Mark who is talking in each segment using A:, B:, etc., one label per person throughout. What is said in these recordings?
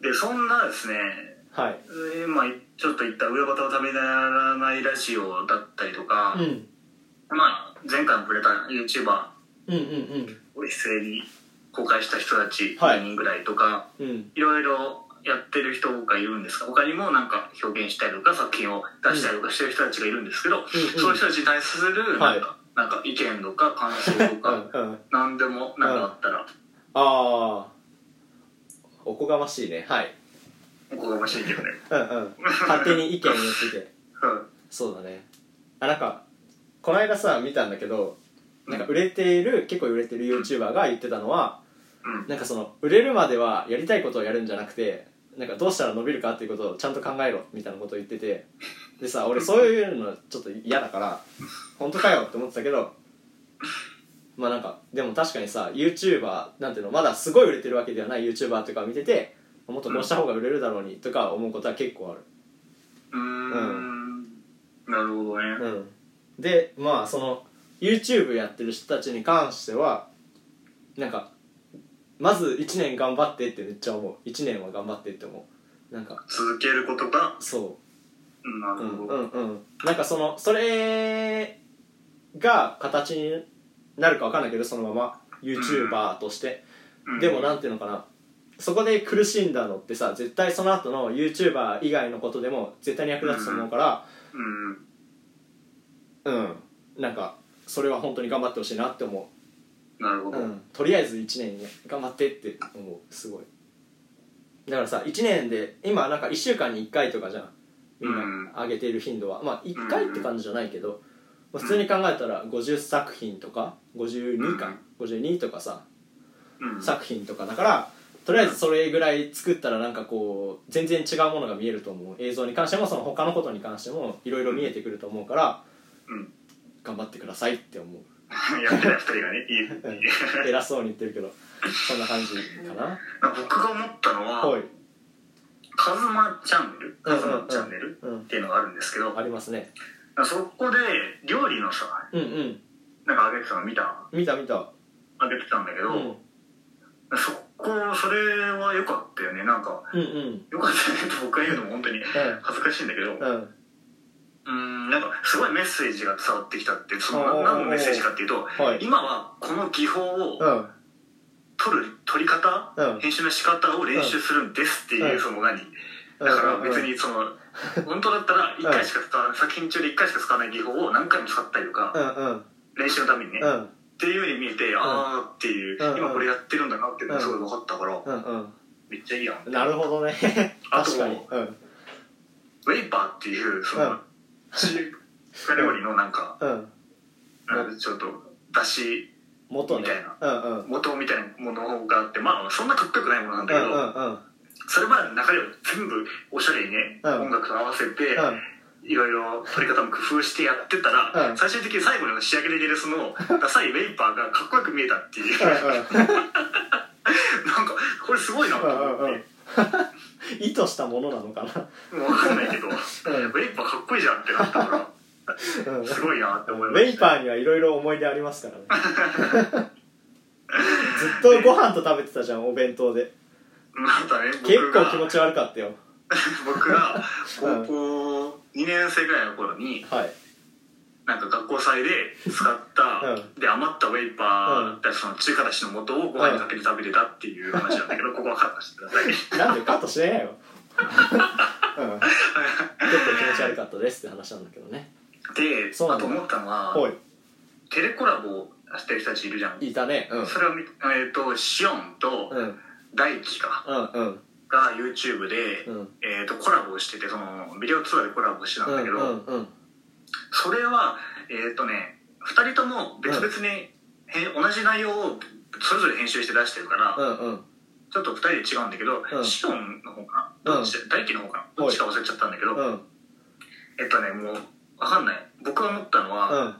A: でそんなですね、
B: はい。
A: えーまあ、ちょっと言った上端を食べならないラジオだったりとか、
B: うん。
A: まあ、前回も触れた YouTuber
B: うんうん
A: を一斉に公開した人たち
B: はい
A: 何人ぐらいとか、
B: うん。うん。
A: いろいろやってる人がいるんですが他にもなんか表現したりとか作品を出したりとかしてる人たちがいるんですけど、
B: うん
A: そういう人たちに対する
B: は
A: ないんか,、なんか意見とか感想と
B: う
A: か
B: んうん。
A: 何でもなんかあったら
B: ああー。おこがましいね。はい。
A: おこがましいけどね。
B: うんうん。勝手に意見を言ってて。
A: うん
B: そうだね。あ、なんか、この間さ、見たんだけど、なんか売れている、結構売れてる YouTuber が言ってたのは、
A: うん
B: なんかその売れるまではやりたいことをやるんじゃなくてなんかどうしたら伸びるかっていうことをちゃんと考えろみたいなことを言ってて でさ俺そういうのちょっと嫌だから本当かよって思ってたけどまあなんかでも確かにさ YouTuber なんていうのまだすごい売れてるわけではない YouTuber とかを見ててもっとこうした方が売れるだろうにとか思うことは結構ある
A: うーんなるほどね、
B: うん、でまあその YouTube やってる人たちに関してはなんかまず1年頑張ってってめっちゃ思う1年は頑張ってって思うなんか
A: 続けることが
B: そ
A: うんなる
B: う、
A: ほ
B: う
A: ど、
B: ん、うんうんなんかそのそれが形になるかわかんないけどそのまま YouTuber として、
A: うん
B: でもなんていうのかなそこで苦しんだのってさ絶対その後の YouTuber 以外のことでも絶対に役立つと思うから、
A: うん
B: うんなんかそれは本当に頑張ってほしいなって思
A: なるほ
B: う、
A: ど、
B: うん、とりあえず1年ね頑張ってって思うすごいだからさ1年で今なんか1週間に1回とかじゃんみ
A: うんん
B: な上げてる頻度はまあ1回って感じじゃないけど、まあ、普通に考えたら50作品とか52か52とかさ
A: うん、
B: 作品とかだからとりあえずそれぐらい作ったらなんかこう全然違うものが見えると思う映像に関してもその他のことに関してもいろいろ見えてくると思うから
A: うん、
B: 頑張ってくださいって思う
A: やってた二人がねい い
B: 偉そうに言ってるけどそんな感じかな
A: 僕が思ったのは、
B: はい
A: カズマチャンネルカズマチャンネル
B: うん
A: っていうのがあるんですけど、
B: ありますね
A: そこで料理のさ
B: うんうん
A: なんかあげてたの見た
B: 見た見た
A: あげてたんだけ
B: う
A: ど、
B: んうん
A: そこそれは良かったよねなんか
B: うん
A: 良かったよねって僕が言うのも本当に恥ずかしいんだけど
B: うんうん
A: うんなんかすごいメッセージが伝わってきたってその
B: おー
A: 何のメッセージかっていうと
B: はい
A: 今はこの技法を
B: うん
A: 取る取り方
B: うん
A: 編集の仕方を練習するんですっていううんその何
B: う
A: だから
B: ん
A: 別にその本当だったら1回しか使わない作品中で1回しか使わない技法を何回も使ったりとか
B: うんうん
A: 練習のためにね
B: うんうん
A: っていうふうに見えて、あーっていう、
B: うん
A: 今これやってるんだなっていうのがすごい分かったから、
B: うん
A: めっちゃいいやん
B: うんなるほどね
A: あと
B: 確かにうん
A: ウェイパーっていうそ
B: うん
A: の中華料理のなんか、
B: うんうん
A: なんかちょっとだし
B: 元ね
A: みたいな
B: うんうん
A: 元みたいなものがあってまあそんなかっこよくないものなんだ
B: う
A: け
B: ん
A: ど、
B: うんうん
A: それまでの中でも全部おしゃれにね、
B: うん
A: 音楽と合わせて、
B: うん
A: いろいろ取り方も工夫してやってたら、
B: うん
A: 最終的に最後の仕上げで入れるそのダサいウェイパーがかっこよく見えたっていう
B: う
A: なん
B: んうん
A: かこれすごいなと思って、
B: うんうんうん 意図したものなのかな
A: もう分かんないけど。
B: うん
A: ウェイパーかっこいいじゃんってなったか
B: うん
A: ら、すごいなって思いま
B: ウェイ
A: した。
B: パーにはいろいろ思い出ありますからね ずっとご飯と食べてたじゃんお弁当で
A: またね、
B: 結
A: 僕
B: 構気持
A: が、
B: ち悪かったよ
A: 僕が
B: う
A: 高校2年生ぐらいの頃に、
B: はい
A: なんか学校祭で使った、
B: う
A: で、余ったウェイパーだったり、その中華だしの素をご飯にかけて食べてたっていう話なんだけど、ここはカットしてください。
B: なんでカットしない よ、うん、結構気持ち悪かったですって話なんだけどね
A: で、
B: そうな
A: あ
B: ん
A: と
B: だ
A: 思ったの
B: は
A: は、テレコラボをしてる人たちいるじゃん。
B: いいたねうん
A: それを見て、えっと、シオンと
B: うん
A: 大輝か、
B: うんうん
A: が YouTube で
B: う、ん
A: えっと、コラボをしてて、その、ビデオツアーでコラボしてたん
B: う
A: だけ
B: ん
A: ど、
B: うんうん
A: それはえっ、とね2人とも別々に、へん同じ内容をそれぞれ編集して出してるから、
B: うんうん
A: ちょっと2人で違うんだけど、
B: うん
A: シオンの方かな
B: う
A: ど
B: ん
A: っちで、大輝の方かなどっちか忘れちゃったんだけど、
B: うん
A: えっとねもう分かんない僕が思ったのは、
B: うん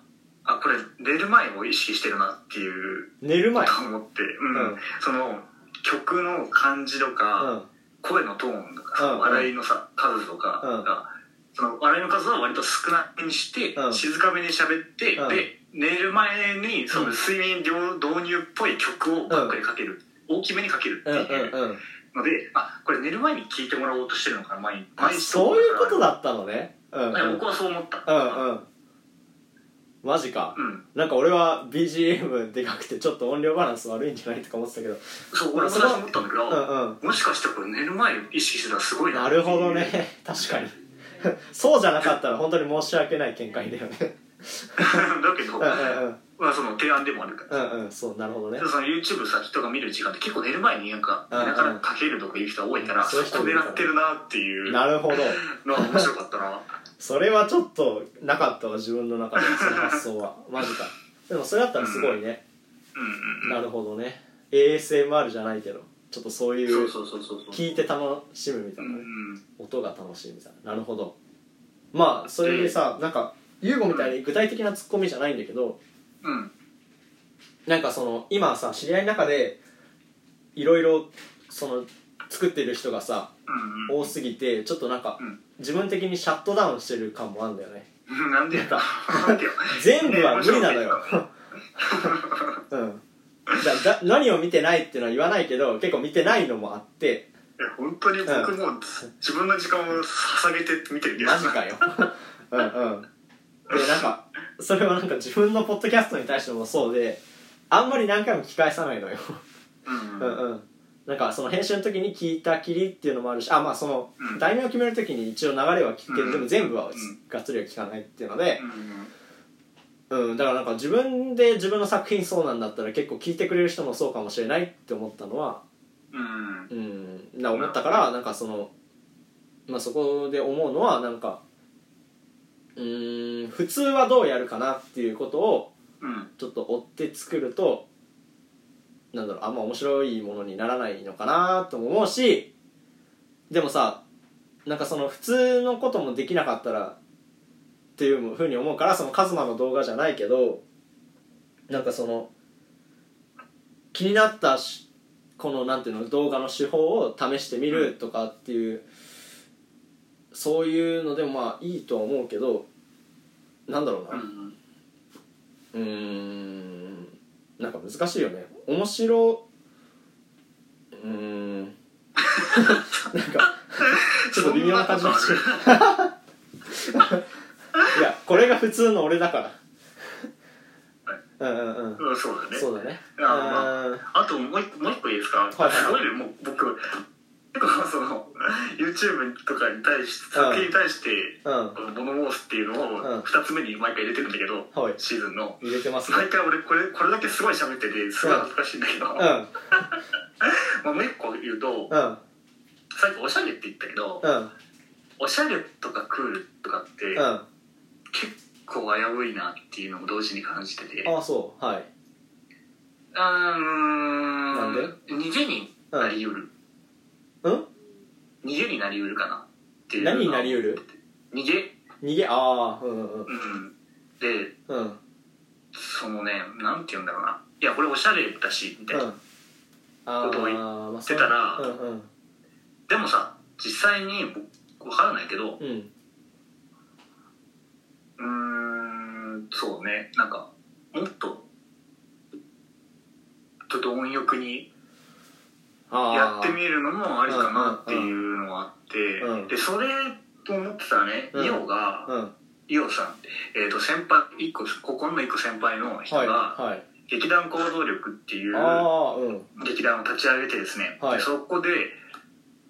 A: あこれ寝る前を意識してるなっていう
B: 寝る前
A: と思って、うん
B: うん
A: その曲の感じと
B: う
A: か、
B: ん
A: 声のトーンとかさ、
B: うん
A: 笑いのさ数とかが、その笑いの数は割と少なめにして、
B: うん
A: 静かめに喋って、
B: うん
A: で寝る前にその睡眠導導入っぽい曲をバックでかける、大きめにかけるって
B: うん
A: いうう、
B: んうん
A: ので、あ、これ寝る前に聞いてもらおうとしてるのかな、毎
B: あ
A: 毎日。
B: そういうこと。だったのねうんうんう
A: はい、
B: ん
A: 僕はそう思った。
B: うんマジか
A: うん。
B: なんか俺は BGM でかくてちょっと音量バランス悪いんじゃないとか思ってたけど
A: そう、俺も
B: そ
A: 最
B: れは
A: 初思ったんだけど、
B: うんうん
A: もしかしてこれ寝る前意識してたらすごいな。
B: なるほどね。 確かにそうじゃなかったら本当に申し訳ない見解だよ ね
A: だけど、
B: うんうんうん
A: まあその提案でもあるから。
B: うんうんそうなるほどね
A: その YouTube さ人が見る時間って結構寝る前になんか
B: うんうん
A: 寝ながらかけるとかいう人が多いから、
B: うんそういう人
A: そ
B: も
A: こ
B: いるから
A: 狙ってるなっていうの
B: なるほど
A: は面白かったな
B: それはちょっとなかったわ自分の中でその発想はマジかでもそれだったらすごいね、
A: うんうん
B: な
A: うん
B: るほどね ASMR じゃないけどちょっとそうい
A: そう
B: う
A: そうそうそうそう
B: 聞いて楽しむみた
A: う
B: い
A: ん
B: な
A: う
B: ね、
A: ん
B: 音が楽しいみたいななるほどまあそれでさなんか優吾みたいに具体的なツッコミじゃないんだけど
A: うん
B: なんかその今さ知り合いの中でいろいろその作ってる人がさ
A: うん
B: 多すぎてちょっとなんか
A: うん
B: 自分的にシャットダウンしてる感もあるんだよね
A: うんなんでやったなんでよ
B: 全部は無理なのよ、うんだだ何を見てないっていうのは言わないけど結構見てないのもあって
A: いや本当に僕もう自分の時間を捧げて見てるけど
B: マジかようんうんでなんかそれはなんか自分のポッドキャストに対してもそうであんまり何回も聞き返さないのよ
A: うん
B: う
A: うん
B: んうんなんかその編集の時に聞いたきりっていうのもあるしあまあその
A: うん
B: 題名を決める時に一応流れは聞くけ
A: う
B: ど
A: ん
B: でも全部は
A: ん
B: がっつりは聞かないっていうので、
A: うん
B: うん、だからなんか自分で自分の作品そうなんだったら結構聞いてくれる人もそうかもしれないって思ったのは
A: うん
B: うんな思ったからなんかその、まあ、そこで思うのはなんかうーん普通はどうやるかなっていうことを
A: うん
B: ちょっと追って作るとなんだろうあんま面白いものにならないのかなとも思うしでもさなんかその普通のこともできなかったらっていうふうに思うからそのカズマの動画じゃないけどなんかその気になったしこのなんていうの動画の手法を試してみるとかっていう、そういうのでもまあいいとは思うけどなんだろうな、
A: うん
B: うーんなんか難しいよね面白うーん なんかちょっと微妙な感じになっちゃういやこれが普通の俺だからうんうんうん
A: うんそうだね
B: そうだね
A: いやま
B: うん
A: あともう一個もう一個いいですか、
B: はい
A: すごいねもう僕結構その YouTube とかに対して
B: うん
A: 作品に対して
B: うん
A: この物申すっていうの
B: うん
A: を2つ目に毎回入れてるんだけど、
B: はい
A: シーズンの
B: 入れてますね
A: 毎回俺これこれだけすごい喋っててすごい恥ずかしいんだけど、
B: うん
A: ま
B: うん
A: あ、もう一個言うと、
B: うん
A: さっきおしゃれって言ったけど、
B: うん
A: おしゃれとかクールとかって
B: うんあ
A: 結構危ういなっていうのも同時に感じてて
B: あそうはい
A: あーうーん
B: なんで
A: 逃げになりうる、
B: うん
A: 逃げになりうるかなっていうのは
B: 何になりうる
A: 逃げ
B: 逃げああうんうん
A: うんで
B: うんうん
A: そのねなんて言うんだろうないやこれおしゃれだしみたいな、
B: うんあ
A: ことを
B: あまあ
A: ってたら
B: そううんうん
A: でもさ実際に僕わからないけど
B: うん
A: うーんそうねなんかもっとちょっと貪欲に
B: ああ
A: やってみるのもありかなっていうのはあって、
B: うんうんうん
A: でそれと思ってたらね、
B: うん
A: イオが、
B: うん
A: イオさん、えー、と先輩一個心の一個先輩の人
B: はい
A: が
B: はい
A: 劇団行動力っていう
B: ああうん
A: 劇団を立ち上げてですね、
B: はい
A: でそこで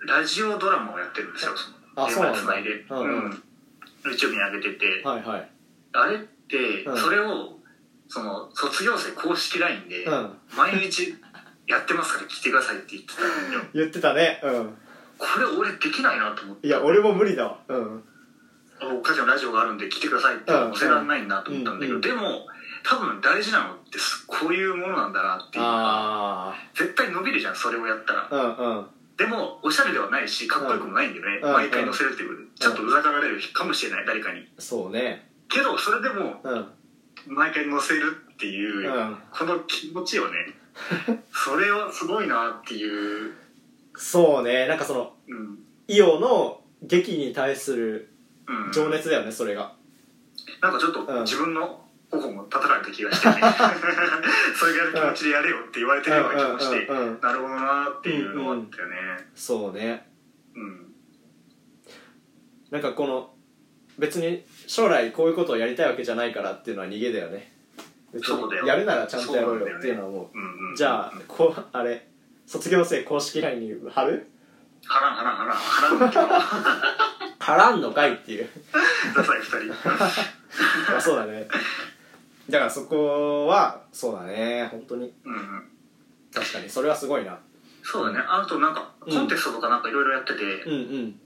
A: ラジオドラマをやってるんですよその
B: あ
A: 現
B: そうな
A: 場
B: ん
A: つ
B: だ
A: ないで、
B: うんうん
A: YouTube に上げてて、
B: はいはい
A: あれって、
B: うん
A: それをその卒業生公式 LINE で、
B: うん
A: 毎日やってますから聞いてくださいって言ってたん だよ
B: 言ってたねうん
A: これ俺できないなと思って
B: いや俺も無理だわうん
A: 僕たちのラジオがあるんで来てくださいって載せられないなと思ったんだけど、
B: うん
A: でも多分大事なのってすこういうものなんだなっていうのは
B: あ
A: 絶対伸びるじゃんそれをやったら
B: あうんうん
A: でもおしゃれではないしかっこよくもないんだよね、
B: うん
A: 毎回載せるっていうことでちょっとうざがられるかもしれない誰かに
B: そうね
A: けどそれでも
B: うん
A: 毎回載せるっていう、
B: うん
A: この気持ちよね それはすごいなっていう、
B: そうねなんかその
A: うん
B: イオの劇に対する
A: うん、
B: 情熱だよねそれが
A: なんかちょっと
B: うん
A: 自分の頬も叩かれた気がして、 ね、それぐらいの気持ちでやれよって言われてるような気もして、
B: うんうんうんうん
A: なるほどなっていうのはあったよね。
B: そうね
A: うん。
B: なんかこの別に将来こういうことをやりたいわけじゃないからっていうのは逃げだよね別に
A: そうだよ
B: やるならちゃんとやろ
A: そう
B: う
A: なんだよね
B: よっていうのは思う
A: うんうん、
B: じゃあ
A: うん
B: こうあれ卒業生公式 LINE に貼る
A: はらんはらんはらんはらんって
B: 貼らんのかいっていう
A: ダサい二人。
B: まあそうだねだからそこはそうだね本当に
A: うんうん。
B: 確かにそれはすごいな
A: そうだね。あとなんか、コンテストとかなんかいろいろやってて、
B: うんうん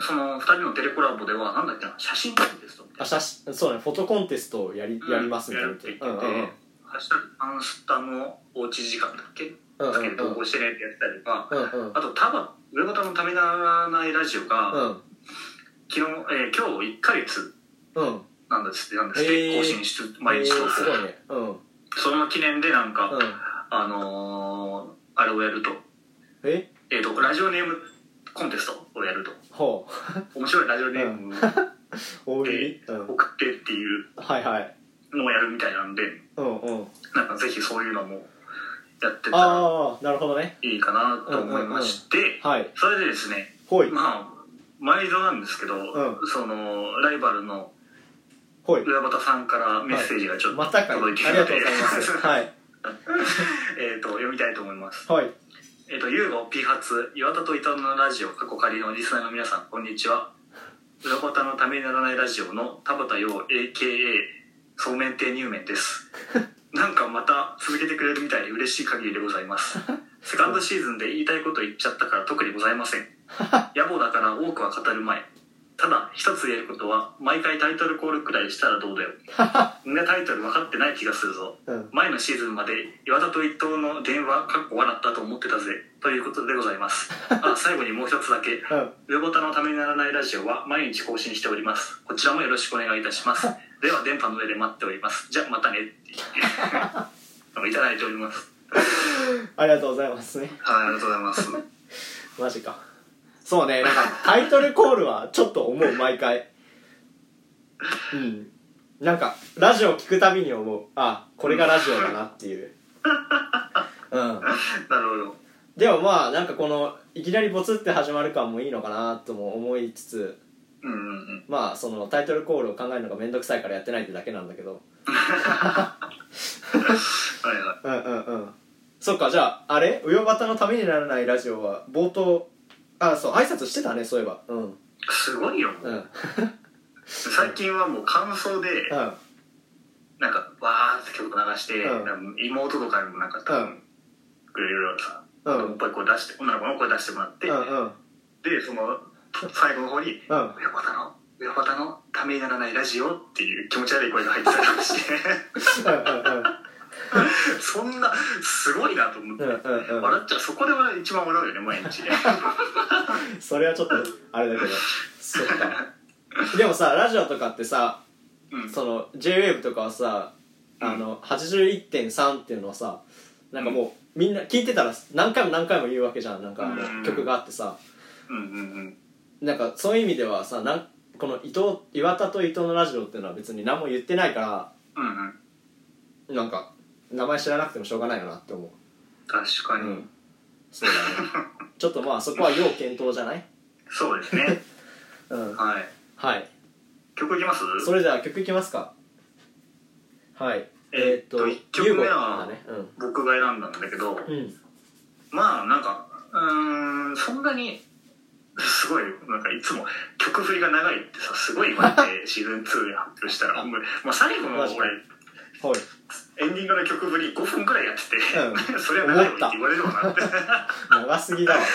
A: その二人のテレコラボでは、なんだっけな、写真コンテストみたいな
B: あ写真そうだねフォトコンテストをやりやりますみたいな
A: うんやるって
B: う
A: 言
B: ん
A: っ
B: う
A: てて
B: んうん
A: ハッシュタグアンスタのおうち時間だっけ
B: うん
A: だけで投稿してねってやってたりとか、あと、たば、上方のためならないラジオが、
B: うん
A: 昨日、えー今日1ヶ月
B: うん
A: なんですって、なんですっ
B: へ
A: て、
B: ー
A: 更新しつ、毎日
B: え
A: と
B: ーすごいねうんうん
A: その記念でなんか、あのーあれをやると、
B: え
A: えっ、と、ラジオネームコンテストをやると、
B: ほ
A: 面白いラジオネーム
B: う大喜利
A: で
B: うん
A: 送ってっていう
B: はいはい
A: のをやるみたいなんで、
B: うんうん
A: なんかぜひそういうのもやってたら
B: ああなるほどね
A: いいかなと思いまして、
B: はい
A: それでですね、
B: ほい
A: まあ毎度なんですけど、
B: ん
A: そのライバルの
B: ほい
A: 上端さんからメッセージがちょっと
B: またかい
A: 届いてる
B: あり
A: の
B: がと
A: で、
B: うございますはい
A: えーと読みたいと思います。
B: はい
A: えっ、と、ユーゴ P 発、岩田と伊藤のラジオ、過去仮のリスナーの皆さん、こんにちは。裏端のためにならないラジオの田畑陽 AKA そうめん亭入麺です。なんかまた続けてくれるみたいで嬉しい限りでございます。セカンドシーズンで言いたいこと言っちゃったから特にございません。野暮だから多くは語る前。ただ、一つ言えることは、毎回タイトルコールくらいしたらどうだよ。みんなタイトル分かってない気がするぞ。
B: うん
A: 前のシーズンまで岩田と伊藤の電話かっこ笑ったと思ってたぜということでございますあ最後にもう一つだけ
B: うん
A: 上ボタのためにならないラジオは毎日更新しておりますこちらもよろしくお願いいたしますでは電波の上で待っておりますじゃあまたねいただいております
B: ありがとうございますね
A: はいありがとうございます
B: マジかそうねなんかタイトルコールはちょっと思う毎回うんなんかラジオ聞くたびに思うあこれがラジオだなっていううん
A: なるほど
B: でもまあなんかこのいきなりボツって始まる感もいいのかなとも思いつつ
A: うんうんうん
B: まあそのタイトルコールを考えるのが面倒くさいからやってないってだけなんだけど
A: はいは
B: うんうんうんそっかじゃああれ「うよばたのためにならないラジオ」は冒頭あそう挨拶してたねそういえばうん
A: いすごいよ、
B: うんうん
A: 最近はもう感想で
B: うん
A: なんかわーって曲流して、
B: うん
A: なんか妹とかにもなんか多
B: う
A: 分くれるさ、
B: う
A: うん、
B: ん
A: っぱい声出して女の子の声出してもらって、
B: うんうん
A: でその最後の方に
B: うん
A: 「上方の上方のためにならないラジオ」っていう気持ち悪い声が入ってたりとかして そんなすごいなと思って、
B: うんうんう
A: 笑っちゃうそこで笑う一番笑うよね毎 日
B: ん それはちょっとあれだけどそっかでもさラジオとかってさ
A: うん
B: その JWAVE とかはさあの81.3っていうのはさなんかもうみんな聞いてたら何回も何回も言うわけじゃんなんかあ
A: う
B: の
A: ん
B: 曲があってさ
A: うんうんうん
B: なんかそういう意味ではさなんこの伊藤岩田と伊藤のラジオっていうのは別に何も言ってないか
A: うんうん
B: らなんか名前知らなくてもしょうがないよなって思う
A: 確かに、
B: うんそうだねちょっとまあそこは要検討じゃない
A: そうですね
B: うん
A: はい
B: はい
A: 曲いきます
B: それでは曲いきますかはい
A: えーっと
B: え
A: 一曲目
B: ユーゴ
A: は
B: だね
A: 僕が選んだんだけど、
B: うん、うん、
A: まあなんかうーんそんなにすごいなんかいつも曲振りが長いってさすごい言われ てシーズン2で発表したら
B: あ
A: もうまあ、最後の
B: マジか
A: 俺
B: はい
A: エンディングの曲振り5分くらいやってて、
B: う
A: それは長いわって言われるわなって 思
B: 長すぎだわ
A: っ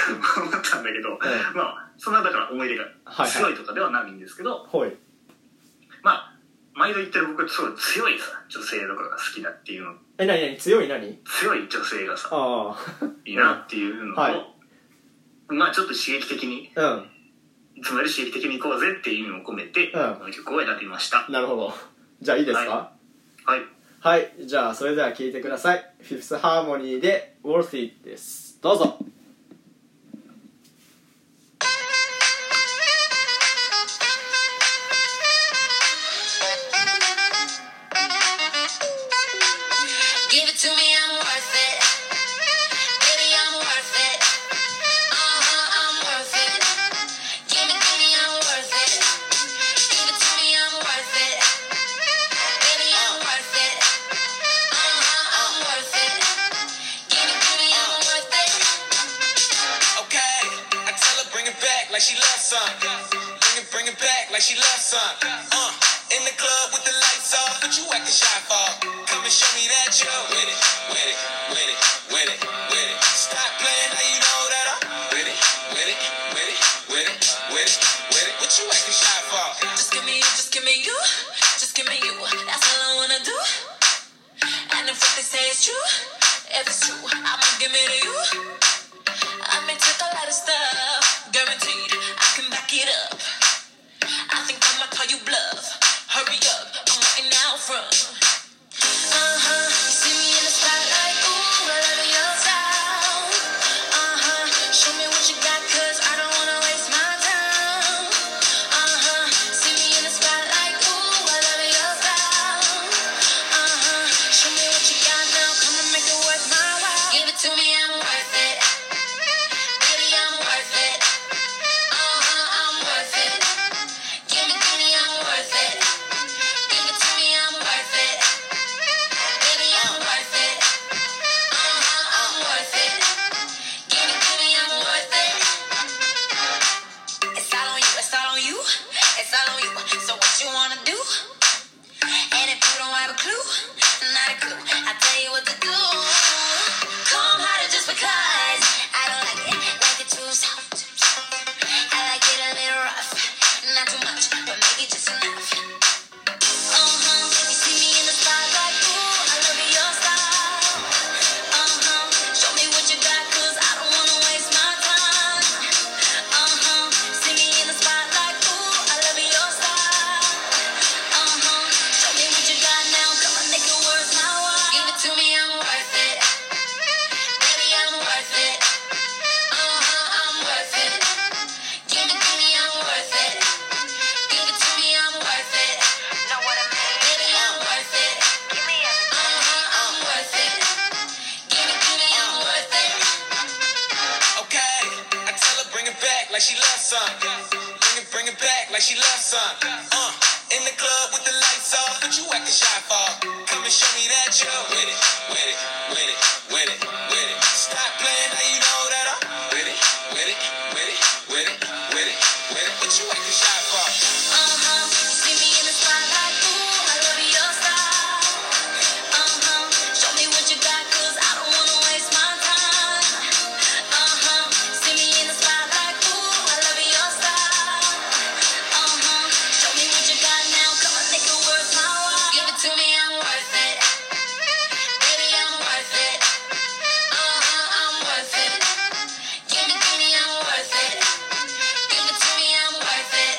A: たんだけど、
B: ん
A: まあそんなだから思い出
B: はいは
A: が
B: い
A: 強いとかではないんですけど、
B: ほい
A: まあ毎度言ってる僕すごい強いさ女性とかが好きだっていうの
B: えなになに強いなに
A: 強い女性がさ
B: あ
A: いいなっていうのと、
B: はい
A: まあちょっと刺激的に
B: あう
A: いつもより刺激的に行こうぜっていう意味も込めて、
B: うん
A: この曲を選びました。
B: んなるほどじゃあいいですか
A: はい。
B: はい、じゃあそれでは聴いてくださいフィフスハーモニーで「Worthy」ですどうぞ
C: Thank you.
D: Uh-huh, Uh-huh,
C: like she loves some. Bring it, bring it back like she loves some. Uh, in the club with the lights off, but you acting shy for. Come and show me that you're with it, with it, with it, with it, with it. Stop playing, now you know that I'm with it, with it, with it, with it, with it, with it. What you acting shy for?
D: Just give me you, just give me you, just give me you. That's all I wanna do. And if what they say is true, if it's true, I'ma give it to you. I may take a lot of stuff, guaranteed. I can back it up. I think I'ma call you bluff. Hurry up, I'm waiting out front. Uh-huh, you see me in the spotlight, ooh, I love your style. Uh-huh, show me what you got, 'cause I don't wanna waste my time. Uh-huh, see me in the spotlight, ooh, I love your style. Uh-huh, show me what you got now, come and make it worth my while. Give it to me, I'm worth it. Baby, I'm worth it. Uh-huh, I'm worth it. Give it to me, I'm worth it. Give it to me, I'm worth it. Baby, I'm worth it. Uh-huh, I'm worth it. Give it to me, I'm worth it. It's all on you, it's all on you, it's all on you. So what you wanna do? And if you don't have a clue, not a clue, I'll tell you what to do. Come harder just because I don't like it, like it too soft. I like it a little rough, not too much, but make it just enough. Uh-huh, you see me in the spotlight, ooh, I love your style. Uh-huh, show me what you got, 'cause I don't wanna waste my time. Uh-huh, see me in the spotlight, ooh, I love your style. Uh-huh, show me what you got now, come and make it worth my while. Give it to me, I'm worth it. Baby, I'm worth it. Uh-huh, I'm worth it. Give it to me, I'm worth it. Give it to me, I'm worth it. Know what I mean? Baby, I'm worth it. Give me everything. Uh-huh, I'm worth it. Give it to me, I'm worth it.
C: Okay, I tell her bring it back like she loves some. Bring it, bring it back like she loves some. Uh, in the club with the lights off, but you acting shy for. Come and show me that you're with it, with it, with it, with it, with it. Stop playing, now you know that I'm with it, with it, with it, with it, with it, with it. What you acting shy for?
D: Uh-huh, you see me in the spotlight, ooh, I love your style. Uh-huh, show me what you got, 'cause I don't wanna waste my time. Uh-huh, see me in the spotlight, ooh, I love your style. Uh-huh, show me what you got now, come and make it worth my while. Give it to me, I'm worth it. Baby, I'm worth it. Uh-huh, I'm worth it. Give it to me, I'm worth it. Give it to me, I'm worth it.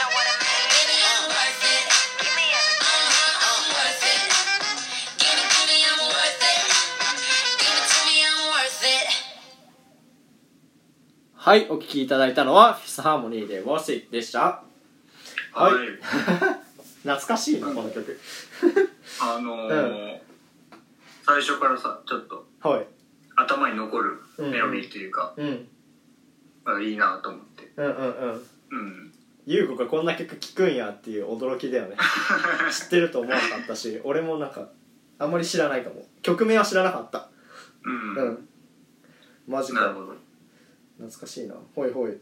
D: Know what I mean? Baby, I'm worth it. Give me everything. Uh-huh, I'm worth it. Give it to me, I'm worth it. Give it to me, I'm worth it.
B: はいお聴きいただいたのはフィスハーモニーで「ワシ」でしたはい
A: はい
B: 懐かしいなこの曲
A: あのー最初からさちょっと
B: はい
A: 頭に残るメロディーというか、
B: うんうん
A: まあいいなと思って
B: うんうん
A: うん
B: 優子がこんな曲聴くんやっていう驚き だよね知ってると思わなかったし俺もなんかあんまり知らないかも曲名は知らなかった
A: うん、
B: うんマジ
A: なる
B: か
A: ほど
B: 懐かしいなほいほい